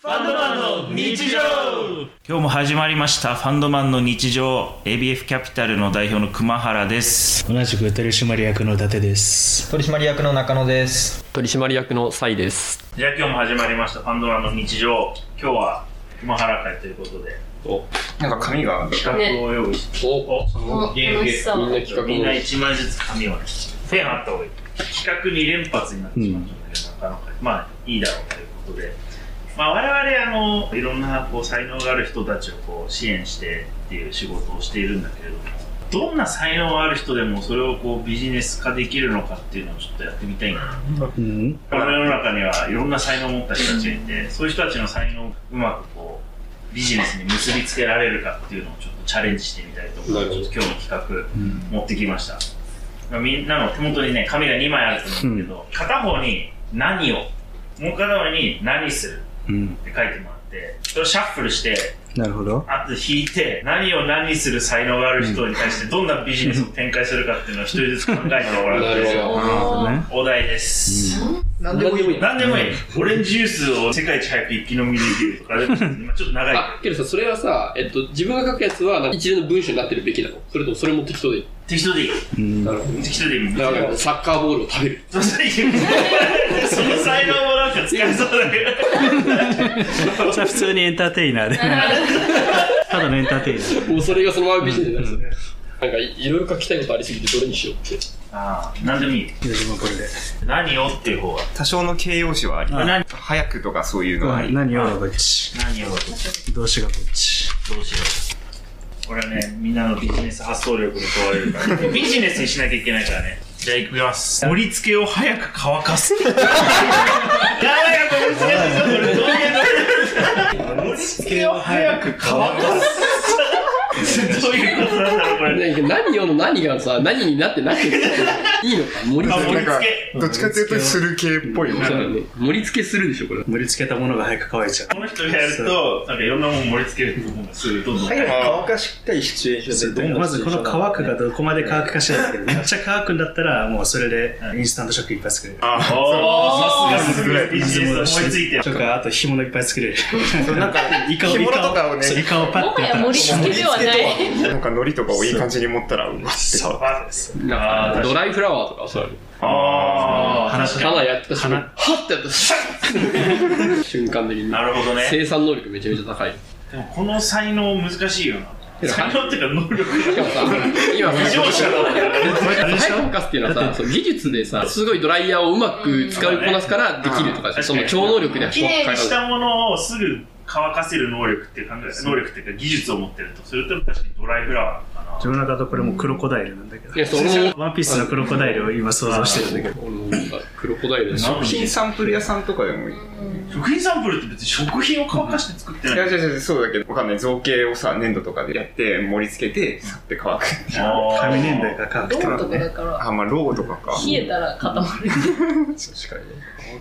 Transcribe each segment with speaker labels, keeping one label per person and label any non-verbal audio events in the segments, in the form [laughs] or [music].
Speaker 1: ァンドマンの日常
Speaker 2: 今日も始まりましたファンドマンの日常 ABF キャピタルの代表の熊原です
Speaker 3: 同じく取締役の伊達です
Speaker 4: 取締役の中野です
Speaker 5: 取締役のサイです
Speaker 2: じゃあ今日も始まりましたファンドマンの日常今日は熊原会ということで
Speaker 4: なんか髪が
Speaker 2: 企画を用意して、
Speaker 1: お楽しそ
Speaker 5: みん
Speaker 1: う
Speaker 5: な企画
Speaker 2: みんな
Speaker 5: の
Speaker 2: 1枚ずつ紙をペンあった方がいい企画2連発になってしまったんだけど、なかなかまあいいだろうということで、まあ、我々あのいろんなこう才能がある人たちをこう支援してっていう仕事をしているんだけれどもどんな才能がある人でもそれをこうビジネス化できるのかっていうのをちょっとやってみたいな
Speaker 3: うん
Speaker 2: この世の中にはいろんな才能を持った人たちがいてそういう人たちの才能をうまくこうビジネスに結びつけられるかっていうのをちょっとチャレンジしてみたいと思います今日の企画持ってきました、まあみんなの手元にね紙が2枚あると思うんだけど、片方に「何を」もう片方に「何する」
Speaker 3: うん
Speaker 2: って書いてもらってそれをシャッフルして
Speaker 3: なるほど
Speaker 2: あと引いて何を何する才能がある人に対してどんなビジネスを展開するかっていうのを一人ずつ考えてもらう
Speaker 5: なるほ
Speaker 1: おー
Speaker 2: お題です、
Speaker 4: 何
Speaker 5: でもいい
Speaker 2: なんでもいい。オレンジジュースを世界一早く一気飲みできるとか、まあちょっと長い。
Speaker 5: あけどさそれはさ、えっと、自分が書くやつはなんか一連の文章になってるべきなのそれともそれも適当でいい
Speaker 2: 適当でいい。
Speaker 3: うん
Speaker 5: るほど
Speaker 2: 適当でいい。
Speaker 5: だからサッカーボールを食べる
Speaker 2: その才能もなんか使えそうだけど。
Speaker 3: それは普通にエンターテイナーでただのエンターテイナー
Speaker 5: もうそれがそのままビジネスになるんですよなんかいいろいろ書きたいことありすぎてどれにしようって
Speaker 2: ああ、なんでもいい。
Speaker 3: いやでもこれで
Speaker 2: 何をっていう方は。
Speaker 4: 多少の形容詞はあり
Speaker 2: あ何
Speaker 4: 早くとかそういうのはあり
Speaker 3: 何をがこっち
Speaker 2: 何をどう
Speaker 3: 動詞がこっち
Speaker 2: しよう。これはね、みんなのビジネス発想力に問われるから、 [laughs] ビジネスにしなきゃいけないからね。じゃあ、いきます。 [laughs] 盛り付けを早く乾かす。やばいやばい、これ難しいぞ、これ。どういう盛り付けを早く乾かす。 [laughs] どういうことなんだろう、これ。
Speaker 5: なんか何よの何がさ何になってなくていいのか盛り
Speaker 2: あ
Speaker 5: 付
Speaker 2: 盛
Speaker 5: け
Speaker 2: り付け。
Speaker 4: どっちかというとする系っぽいよ
Speaker 5: そうだね盛り付けするでしょこれ
Speaker 3: 盛り付けたものが早く乾いちゃう
Speaker 2: この人がやると、なんかいろんなもん盛り付けると思うすぐどんどん。
Speaker 4: 早く乾
Speaker 6: 乾かしたいシチュエーションでどんな
Speaker 3: まずこの乾くがどこまで乾くか知らないけどめっちゃ乾くんだったらもうそれでインスタント食いっぱい作れる
Speaker 2: あおー、さす
Speaker 4: ぐら
Speaker 2: が
Speaker 4: い
Speaker 2: ビジネス思いついてる。
Speaker 3: とかあと干物いっぱい作れる
Speaker 4: なんか
Speaker 3: イカを
Speaker 4: 干
Speaker 3: イ
Speaker 4: 物
Speaker 3: カ
Speaker 4: とかをね
Speaker 3: そうイカをパッ
Speaker 1: も
Speaker 3: て
Speaker 1: は
Speaker 3: やっ
Speaker 1: や
Speaker 3: た
Speaker 1: 盛
Speaker 3: ら
Speaker 1: り付けではない
Speaker 4: なんか海苔とかをいい感じに持ったらうまって
Speaker 3: そう
Speaker 5: なん
Speaker 2: あー
Speaker 5: かドライフラワーとかそうある
Speaker 2: あー、確か
Speaker 5: 花やった瞬間はってやったシ [laughs] ャッ瞬間的に
Speaker 2: に。なるほどね。
Speaker 5: 生産能力めちゃめちゃ高い
Speaker 2: でもこの才能難しいよな。才能っていうか能力。
Speaker 5: しかもさ、 [laughs] 今
Speaker 2: 異常者だ
Speaker 5: 早く乾かすっていうのはさ、そう技術でさ、すごいドライヤーをうまく使いこなすからできるとかでしょ、その超能力で
Speaker 2: 綺麗にし
Speaker 5: る。
Speaker 2: たものをすぐ乾かせる能力っていう考え能力っていうか技術を持ってるとすると確かにドライフラワーかな
Speaker 3: 自分の中とこれもうクロコダイルなんだけど
Speaker 5: いや、その、
Speaker 3: ワンピースのクロコダイルを今想像してるんだけど
Speaker 5: 俺もなんかクロコダイルだし、
Speaker 2: なんで
Speaker 4: サンプル屋さんとかでもいい
Speaker 2: 食品サンプルって別に食品を乾かして作って
Speaker 4: い
Speaker 2: ない
Speaker 4: や違う違うそうだけどわかんない造形をさ粘土とかでやって盛り付けてさって乾く
Speaker 2: あー
Speaker 3: 紙年代が乾く
Speaker 1: ロ
Speaker 3: って
Speaker 1: ー
Speaker 3: こと
Speaker 1: とか
Speaker 3: ね
Speaker 1: だから
Speaker 4: あまあローとかか
Speaker 1: 冷えたら固まる
Speaker 4: 確かに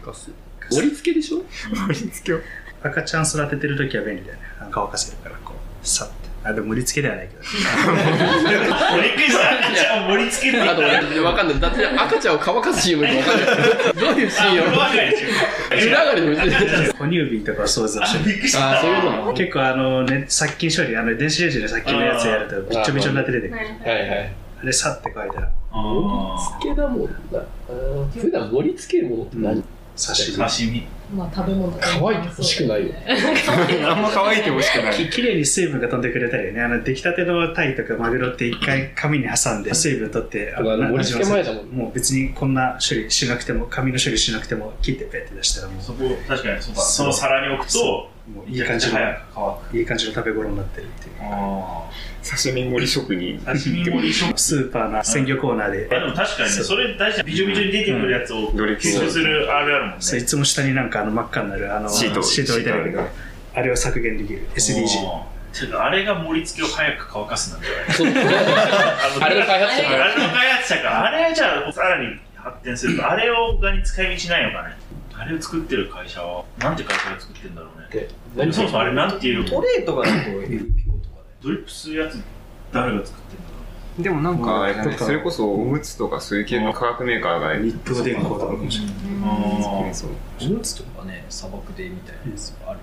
Speaker 5: 乾かす。盛り付けでしょ
Speaker 4: 盛り付けを
Speaker 3: 赤ちゃん育ててる時は便利だよね乾かせるからこうさってあでも盛り付けではないけど
Speaker 2: 俺びっくりした赤ちゃんを盛り付けてい
Speaker 5: あと
Speaker 2: た
Speaker 5: 俺、わかんない。だって赤ちゃんを乾かすシーンもよくわかんない。どういうシーンよ
Speaker 2: 俺。わかんないでし
Speaker 5: 裏上がりでも別に。
Speaker 3: 哺乳瓶とかを想像して
Speaker 2: ょ
Speaker 3: る
Speaker 2: びっくりし
Speaker 5: あ
Speaker 2: た
Speaker 5: ー、そういうことなのは
Speaker 3: 結構あの、ね、殺菌処理あの電子レンジで殺菌のやつやるとびっちょびちょになって出てくる
Speaker 5: いはい。
Speaker 3: あれさって乾いたら
Speaker 2: あ
Speaker 5: 盛り付けだもんな。あー普段盛り付けるものって何
Speaker 3: 差
Speaker 2: ー
Speaker 3: し
Speaker 2: 刺身
Speaker 1: まあ食べ物とか
Speaker 5: 乾いて欲しくないよ。
Speaker 4: あんま乾いてほしくな
Speaker 3: き
Speaker 4: い
Speaker 3: きれいに水分が飛んでくれたりねあの出来たてのタイとかマグロって一回紙に挟んで水分取ってあ
Speaker 5: だから
Speaker 3: な
Speaker 5: 盛り付け前だもん
Speaker 3: もう別にこんな処理しなくても紙の処理しなくても切ってペッて出したらも
Speaker 2: そこ確かにそうだその皿に置くと
Speaker 3: うもういい感じの
Speaker 2: 早く乾く
Speaker 3: いい感じの食べ頃になってるっていう
Speaker 2: あ
Speaker 4: 刺身盛り職人
Speaker 2: ー刺身盛り食
Speaker 3: スーパーな鮮魚コーナーで、
Speaker 2: いやでも確かにね
Speaker 3: そう
Speaker 2: それ大事だビジョビジョに出てくるやつを
Speaker 4: んどれ
Speaker 2: 吸収するあるあるもんね
Speaker 3: そういつも下になんかあの真っ赤になるあの
Speaker 4: シート
Speaker 3: 置いてあるけど
Speaker 4: シー
Speaker 3: あれを削減できる SDG
Speaker 2: おーてかあれが盛り付けを早く乾かすなんて
Speaker 5: そうあれの開発者
Speaker 2: あれの開発者かあれじゃあさらに発展するとあれを他に使い道ないのかねあれを作ってる会社はなんて会社が作ってるんだろうね
Speaker 5: で
Speaker 2: でも
Speaker 5: 何
Speaker 2: そもそもあれなんていうの
Speaker 6: トレーとかだと LP とか
Speaker 2: ドリップするやつ誰が作ってるんだろう
Speaker 4: でもなんかあれだ
Speaker 3: と
Speaker 4: ね
Speaker 3: か
Speaker 4: それこそおむつとかそういう系の化学メーカーが
Speaker 3: 日東電工とかも
Speaker 2: あー
Speaker 4: そう
Speaker 6: おむつとかね砂漠でみたいなやつがある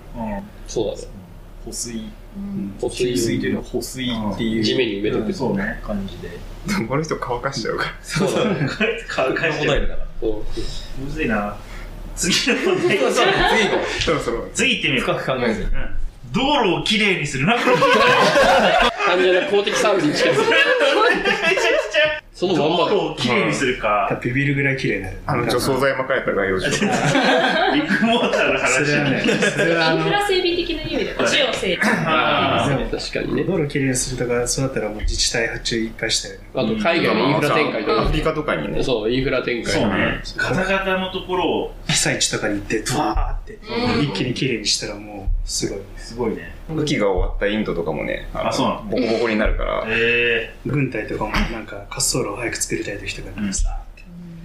Speaker 5: そうだ
Speaker 6: そ
Speaker 5: ね
Speaker 6: の保水
Speaker 1: うん
Speaker 5: 保
Speaker 6: 給水というのは保水っていう
Speaker 5: 地面に埋めてく
Speaker 6: うん
Speaker 2: そうね
Speaker 6: 感じで
Speaker 4: で [laughs] もこの人乾かしちゃうから
Speaker 5: そうだね
Speaker 2: 乾かしてる
Speaker 6: だから
Speaker 5: そう
Speaker 2: むずいな次の問題
Speaker 6: [laughs] そうそう次行こ
Speaker 4: そろそろ
Speaker 2: 次行ってみ
Speaker 6: う
Speaker 2: よう
Speaker 6: 深く考えずに
Speaker 2: うん道路をきれいにするなこれめちゃ
Speaker 5: 単純な公的サービスに近い
Speaker 2: くちゃ
Speaker 5: その
Speaker 2: 道
Speaker 5: まんま
Speaker 2: 路
Speaker 5: だ
Speaker 2: をきれいにするか
Speaker 3: ビビるぐらい綺麗になる
Speaker 4: あの除草剤巻かれた概要書
Speaker 2: ビッグモーターの
Speaker 3: そ
Speaker 2: 話
Speaker 3: れはねそれはあ
Speaker 1: インフ
Speaker 3: の
Speaker 1: ラ整備的な意味で街を整備
Speaker 2: あー
Speaker 5: 確かにね
Speaker 3: 道路綺麗にするとかそうだったらもう自治体発注いっぱいしたよね
Speaker 5: あと海外のインフラ展開と
Speaker 4: ア
Speaker 5: か
Speaker 4: フリカとかにね
Speaker 5: そうインフラ展開
Speaker 2: そうねガタガタのところを
Speaker 3: 被災地とかに行ってドワーって
Speaker 1: うん
Speaker 3: 一気に綺麗にしたらもうすごい
Speaker 2: すごいね
Speaker 4: 雨季が終わったインドとかもねの
Speaker 2: あそうなの
Speaker 4: ボコボコになるから
Speaker 2: え
Speaker 3: 軍隊とかもなんか滑走路を早く作りたい時とかにさ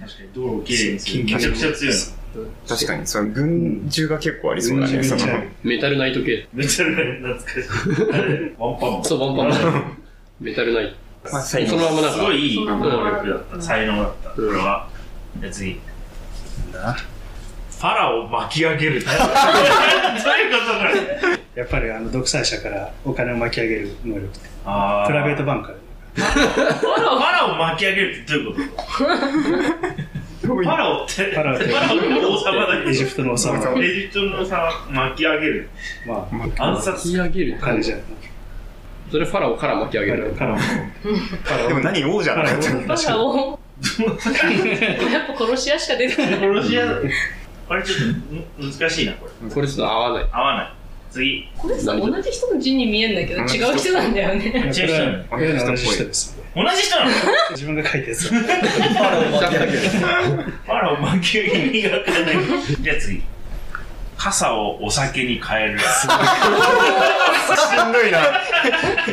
Speaker 2: ー、確かに道路をきれいにするめちゃくちゃ強いの
Speaker 4: 確かにその軍中が結構ありそうだねその
Speaker 5: メタルナイト系
Speaker 2: めちゃ懐かしいあれワンパンマン
Speaker 5: そうワンパンマンメタルナイ
Speaker 4: まあ
Speaker 5: ト
Speaker 4: 最
Speaker 5: そ
Speaker 4: 後
Speaker 5: のままなん
Speaker 2: す
Speaker 5: か
Speaker 2: ごいいい能力だった才能だったこれはじゃあ次ファラを巻き上げる [laughs] どういうことか
Speaker 3: やっぱりあの独裁者からお金を巻き上げる能力って
Speaker 2: あ
Speaker 3: プライベート
Speaker 2: フ
Speaker 3: バンクから
Speaker 2: ァラを巻き上げるってどういうことファラオって
Speaker 3: ファラオって
Speaker 2: ファラオって王様だけど
Speaker 3: エジプトの王様
Speaker 2: エジプトの王様巻き上げる
Speaker 3: まあ
Speaker 2: 暗
Speaker 5: 巻
Speaker 2: 殺
Speaker 5: き上げる
Speaker 3: お金じゃん
Speaker 5: それファラオから巻き上げる
Speaker 3: からも
Speaker 4: でも何王じゃなかった
Speaker 1: [laughs] バカをやっぱ殺し屋しか出てこない
Speaker 2: 殺し屋あれちょっとん難しいなこれ
Speaker 5: これちょっと合わない
Speaker 2: 合わない次
Speaker 1: これさ同じ人の字に見えんだけど
Speaker 4: 同じ人
Speaker 1: 違う人なんだよね
Speaker 3: こ
Speaker 2: 違う人なの
Speaker 3: れこれは同じ人ですよね
Speaker 2: 同じ人なの
Speaker 3: 自分が書いたやつ
Speaker 2: ファラオ巻き上げに意味がわかんないじゃあ次傘をお酒に変える
Speaker 4: しんどいな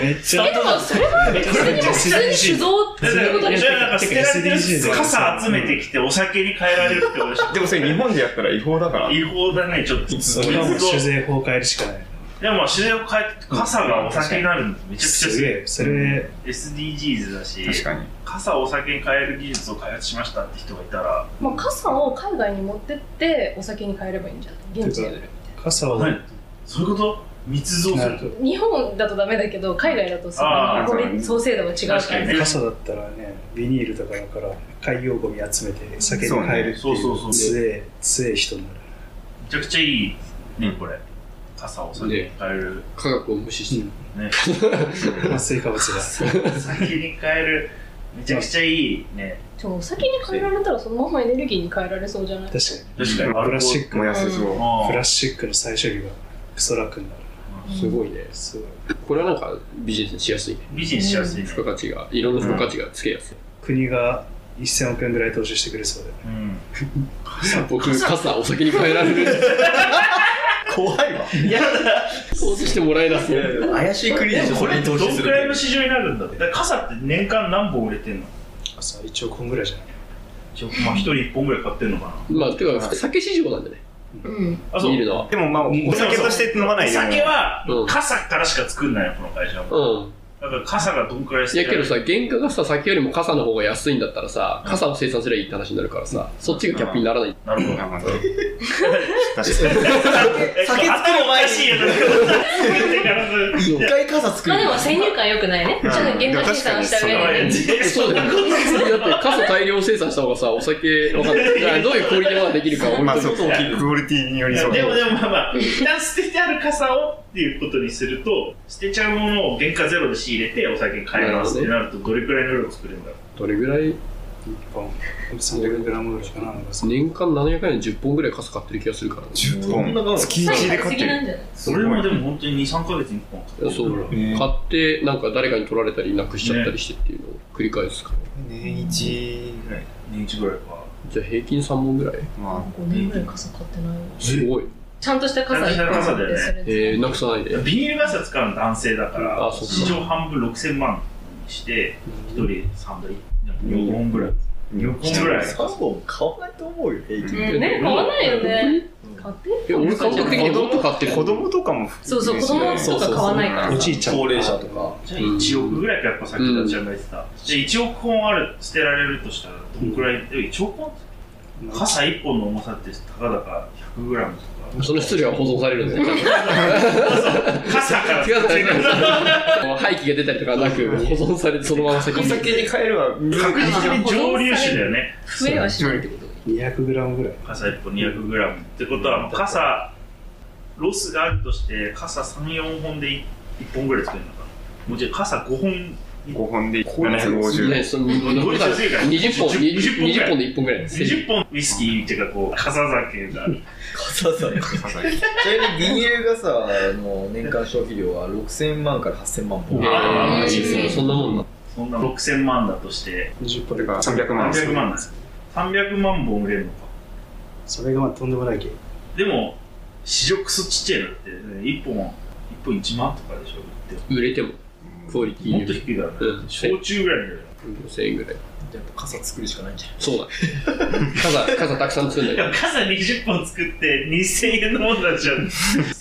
Speaker 3: めっちゃ
Speaker 1: えでもそれは別に普通に酒造って
Speaker 2: だから
Speaker 1: いうことでしょ
Speaker 2: なんか捨てられてる
Speaker 3: SDGs だ
Speaker 2: 傘集めてきてお酒に変えられるって俺
Speaker 4: でもそれ日本でやったら違法だから
Speaker 2: 違法だねちょっと
Speaker 3: それはもう酒税法を変えるしかない
Speaker 2: でも自然を変えて傘がお酒になるのめちゃくちゃ
Speaker 3: す
Speaker 2: す
Speaker 3: げ
Speaker 2: ごい
Speaker 3: えそれ
Speaker 2: SDGs だし
Speaker 4: 確かに
Speaker 2: 傘をお酒に変える技術を開発しましたって人がいたら
Speaker 1: まあ傘を海外に持ってってお酒に変えればいいんじゃない現地で売る
Speaker 3: 傘を
Speaker 2: 何そういうこと密造す
Speaker 3: な
Speaker 2: る
Speaker 3: ると
Speaker 1: 日本だとダメだけど海外だとさ
Speaker 2: あー
Speaker 1: ごめんそう制度が違うから
Speaker 2: 確かにね
Speaker 3: 傘だったらねビニールとかだから海洋ゴミ集めて酒に変えるって
Speaker 2: そうねそうそう
Speaker 3: い
Speaker 2: そうう
Speaker 3: 強え強え人になる
Speaker 2: めちゃくちゃいいねこれ傘をお酒に変える
Speaker 5: 科学を無視して
Speaker 2: ね
Speaker 3: 炭水化物
Speaker 2: お
Speaker 3: が
Speaker 2: 酒に変えるめちゃくちゃいいね
Speaker 1: でもお酒に変えられたらそのままエネルギーに変えられそうじゃない
Speaker 3: 確
Speaker 2: 確かに
Speaker 3: かにプラスチック
Speaker 4: 燃やせそう
Speaker 2: あー
Speaker 3: プラスチックの再処理がクソ楽になる
Speaker 5: すごいね
Speaker 3: すごい
Speaker 5: これはなんかビジネスにしやすいね
Speaker 2: ビジネスしやすいね
Speaker 5: 付加価値がいろんな付加価値がつけやすい
Speaker 3: 国が1000億円ぐらい投資してくれそうで
Speaker 2: うん
Speaker 5: 僕傘お酒に変えられる
Speaker 6: 怖いわ
Speaker 2: いやだ
Speaker 5: 投資してもらえなそう
Speaker 6: 怪しい国でしょ
Speaker 2: これど
Speaker 6: そに投資
Speaker 2: ん
Speaker 6: す
Speaker 2: く
Speaker 6: る
Speaker 2: らいの市場になるんだろうだから傘って年間何本売れてんの
Speaker 3: さ1億本ぐらいじゃない
Speaker 2: ちょまあ一人一本ぐらい買ってんのかな
Speaker 5: まあていうか酒市場なんだね
Speaker 1: うん
Speaker 2: あそう
Speaker 5: 見るのは
Speaker 4: でもまあお酒として飲まない
Speaker 2: お
Speaker 4: ように
Speaker 2: 酒は
Speaker 5: うん
Speaker 2: 傘からしか作んないのこの会社は
Speaker 5: うん
Speaker 2: だから傘がどんくらい好
Speaker 5: い
Speaker 2: き
Speaker 5: やけどさ原価がさ酒よりも傘の方が安いんだったらさ傘を生産すればいいって話になるからさそっちがキャップにならない
Speaker 2: なるほど
Speaker 4: あまあそう確かに
Speaker 2: え
Speaker 6: 酒作る
Speaker 2: 頭お
Speaker 6: 前
Speaker 2: か
Speaker 6: に
Speaker 2: しいよだから
Speaker 6: 一回傘作
Speaker 1: まあ
Speaker 6: る
Speaker 1: でも先入観良くないねちょっと現場生産した上で
Speaker 2: [laughs]
Speaker 1: ね
Speaker 5: そうだよだって傘大量生産した方がさお酒わかんないだからどういうクオリティができるか
Speaker 4: まあ
Speaker 5: 本当
Speaker 4: そう
Speaker 5: に
Speaker 4: かクオリティによりそう
Speaker 2: で
Speaker 4: だ
Speaker 2: もで
Speaker 4: ね
Speaker 2: もまあまあ一旦捨ててある傘をっていうことにすると捨てちゃうものを原価ゼロで仕入れてお酒に買いますってなるとどれくらいの量作れるんだろう
Speaker 5: どれぐらい
Speaker 3: 1本300グラムぐらいしかなのがさ
Speaker 5: 年間700円で10本ぐらい傘買ってる気がするからね
Speaker 4: 10本月1で
Speaker 1: 最
Speaker 4: 勝っ
Speaker 1: 適
Speaker 4: て
Speaker 1: なん
Speaker 4: る
Speaker 1: じゃない
Speaker 4: す
Speaker 2: そ
Speaker 4: ごい
Speaker 2: れもでも本当に23か月に1本買って
Speaker 5: そう
Speaker 2: る
Speaker 5: 買ってなんか誰かに取られたりなくしちゃったりしてっていうのを繰り返すから
Speaker 4: 年一ぐらい
Speaker 2: 年一ぐらいか
Speaker 5: じゃあ平均3本ぐらい
Speaker 4: ま
Speaker 1: 5年ぐらい傘買ってないわ
Speaker 5: すごい
Speaker 1: ちゃんとした傘一本持ってそれ
Speaker 5: えー、なくさないで
Speaker 2: ビニール傘使うの男性だから
Speaker 5: あそうか
Speaker 2: 市場半分6000万にして一人3台4本ぐらい
Speaker 4: あ
Speaker 2: 4本ぐらい。
Speaker 6: 3本買わないと思うよ、平
Speaker 1: う
Speaker 6: 均。
Speaker 1: んね買わないよね買って
Speaker 5: え俺感覚的にどっと買ってる
Speaker 4: 子供とかも
Speaker 1: そうそう子供とか買わないから
Speaker 3: おじいちゃん
Speaker 6: 高齢者とか。
Speaker 2: じゃあ1億ぐらいかやっぱさっき立ち上がってた。じゃあ1億本ある、捨てられるとしたら、どんくらい、でも1億本傘1本の重さってたかだか 100g とか。
Speaker 5: その質量は保存されるんだよ
Speaker 2: 傘から。
Speaker 5: 違う違う違う廃棄が出たりとかなく保存されてそのまま先
Speaker 4: お
Speaker 5: に
Speaker 4: 酒に変えるは
Speaker 2: 確実に蒸留酒だよね。
Speaker 1: 増えはしないってこと
Speaker 3: 200g ぐらい
Speaker 2: 傘1本 200g ってことは、傘、ロスがあるとして、傘3、4本で1本ぐらい作るのかな。もうじゃあ傘5本。
Speaker 4: 5本
Speaker 5: ね
Speaker 4: で750
Speaker 5: その20
Speaker 2: どうしたらいいかな
Speaker 5: 本
Speaker 2: 10
Speaker 5: 20本で1本ぐらいです
Speaker 2: 20本ウイスキーっていうかこう、傘酒が。
Speaker 6: 傘さん。ちなみにビニール傘の年間消費量は6000万から8000万本。
Speaker 2: あー
Speaker 5: えーそんなもんな
Speaker 2: そんな6000万だとして、
Speaker 3: 20
Speaker 4: こ
Speaker 3: 本
Speaker 4: れ
Speaker 3: で
Speaker 4: が300万です
Speaker 2: 300万なんですよ。300万本売れるのか。
Speaker 3: それがまあとんでもないけど
Speaker 2: でも、市場クソちっちゃいのって、1本、1本1万とかでしょ、売って
Speaker 5: 売れてもクオリティに
Speaker 2: もっと低いからね
Speaker 5: う。ん
Speaker 2: 焼酎ぐらいの。
Speaker 5: 5000円ぐらい
Speaker 6: やっぱ傘作るしかないんじゃない
Speaker 5: そうだ傘傘たくさん積ん
Speaker 2: い
Speaker 5: だよ
Speaker 2: や、傘20本作って2000円のもんだっちゃう。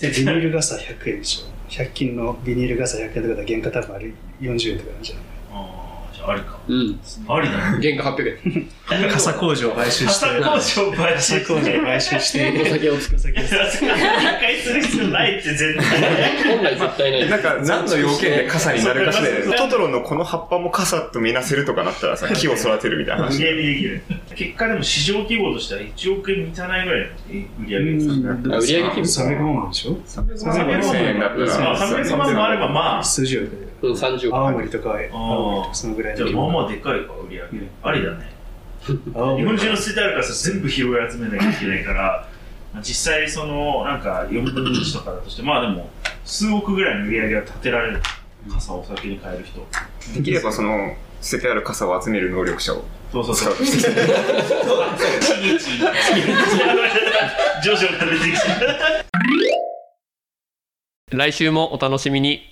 Speaker 3: でビニール傘100円でしょ100均のビニール傘100円とかだと原価多分あれ40円とかなんじゃない
Speaker 2: ああ、じゃあありか。
Speaker 5: うん
Speaker 2: あり [laughs] だね。
Speaker 5: 原価800円
Speaker 3: 傘工場を買収して
Speaker 2: 傘工場買収
Speaker 3: 傘
Speaker 2: し
Speaker 3: 工場を
Speaker 2: て。
Speaker 3: 買収して
Speaker 5: お酒を作る
Speaker 2: 1回する必要ないって絶対。
Speaker 5: 本来絶対ない
Speaker 4: なんか何の要件で傘になるかしらトトロのこの葉っぱも傘と見なせるとかなったらさ木を育てるみたいな
Speaker 2: 無
Speaker 4: 話
Speaker 2: 限にできる。結果でも市場規模としては1億円満たないぐらいの売り上げです。
Speaker 5: あ売上金
Speaker 3: 300万なんでしょ
Speaker 4: 300
Speaker 2: 300万
Speaker 4: 万円だった
Speaker 2: まあ
Speaker 4: ら
Speaker 2: 300万もあればまあ、
Speaker 3: 数十億で
Speaker 5: うん30億
Speaker 3: 青森とか青森とかそのぐらい
Speaker 2: じゃ
Speaker 3: の
Speaker 2: あ
Speaker 3: 規
Speaker 2: まあ
Speaker 3: 模
Speaker 2: まあでかいか売り上げ、
Speaker 3: うん
Speaker 2: ありだね
Speaker 3: 青
Speaker 2: 日本
Speaker 3: 森
Speaker 2: 中の水体あるからさ全部拾い集めなきゃいけないから実際そのなんか4分の1とかだとしてまあでも数億ぐらいの売り上げが立てられる傘をお酒に変える人
Speaker 4: できればその捨ててある傘を集める能力者を
Speaker 2: そうそう
Speaker 4: 使
Speaker 2: [laughs] そうう
Speaker 4: として
Speaker 2: ちぎちぎ [laughs] 徐々に出てきて
Speaker 5: 来週もお楽しみに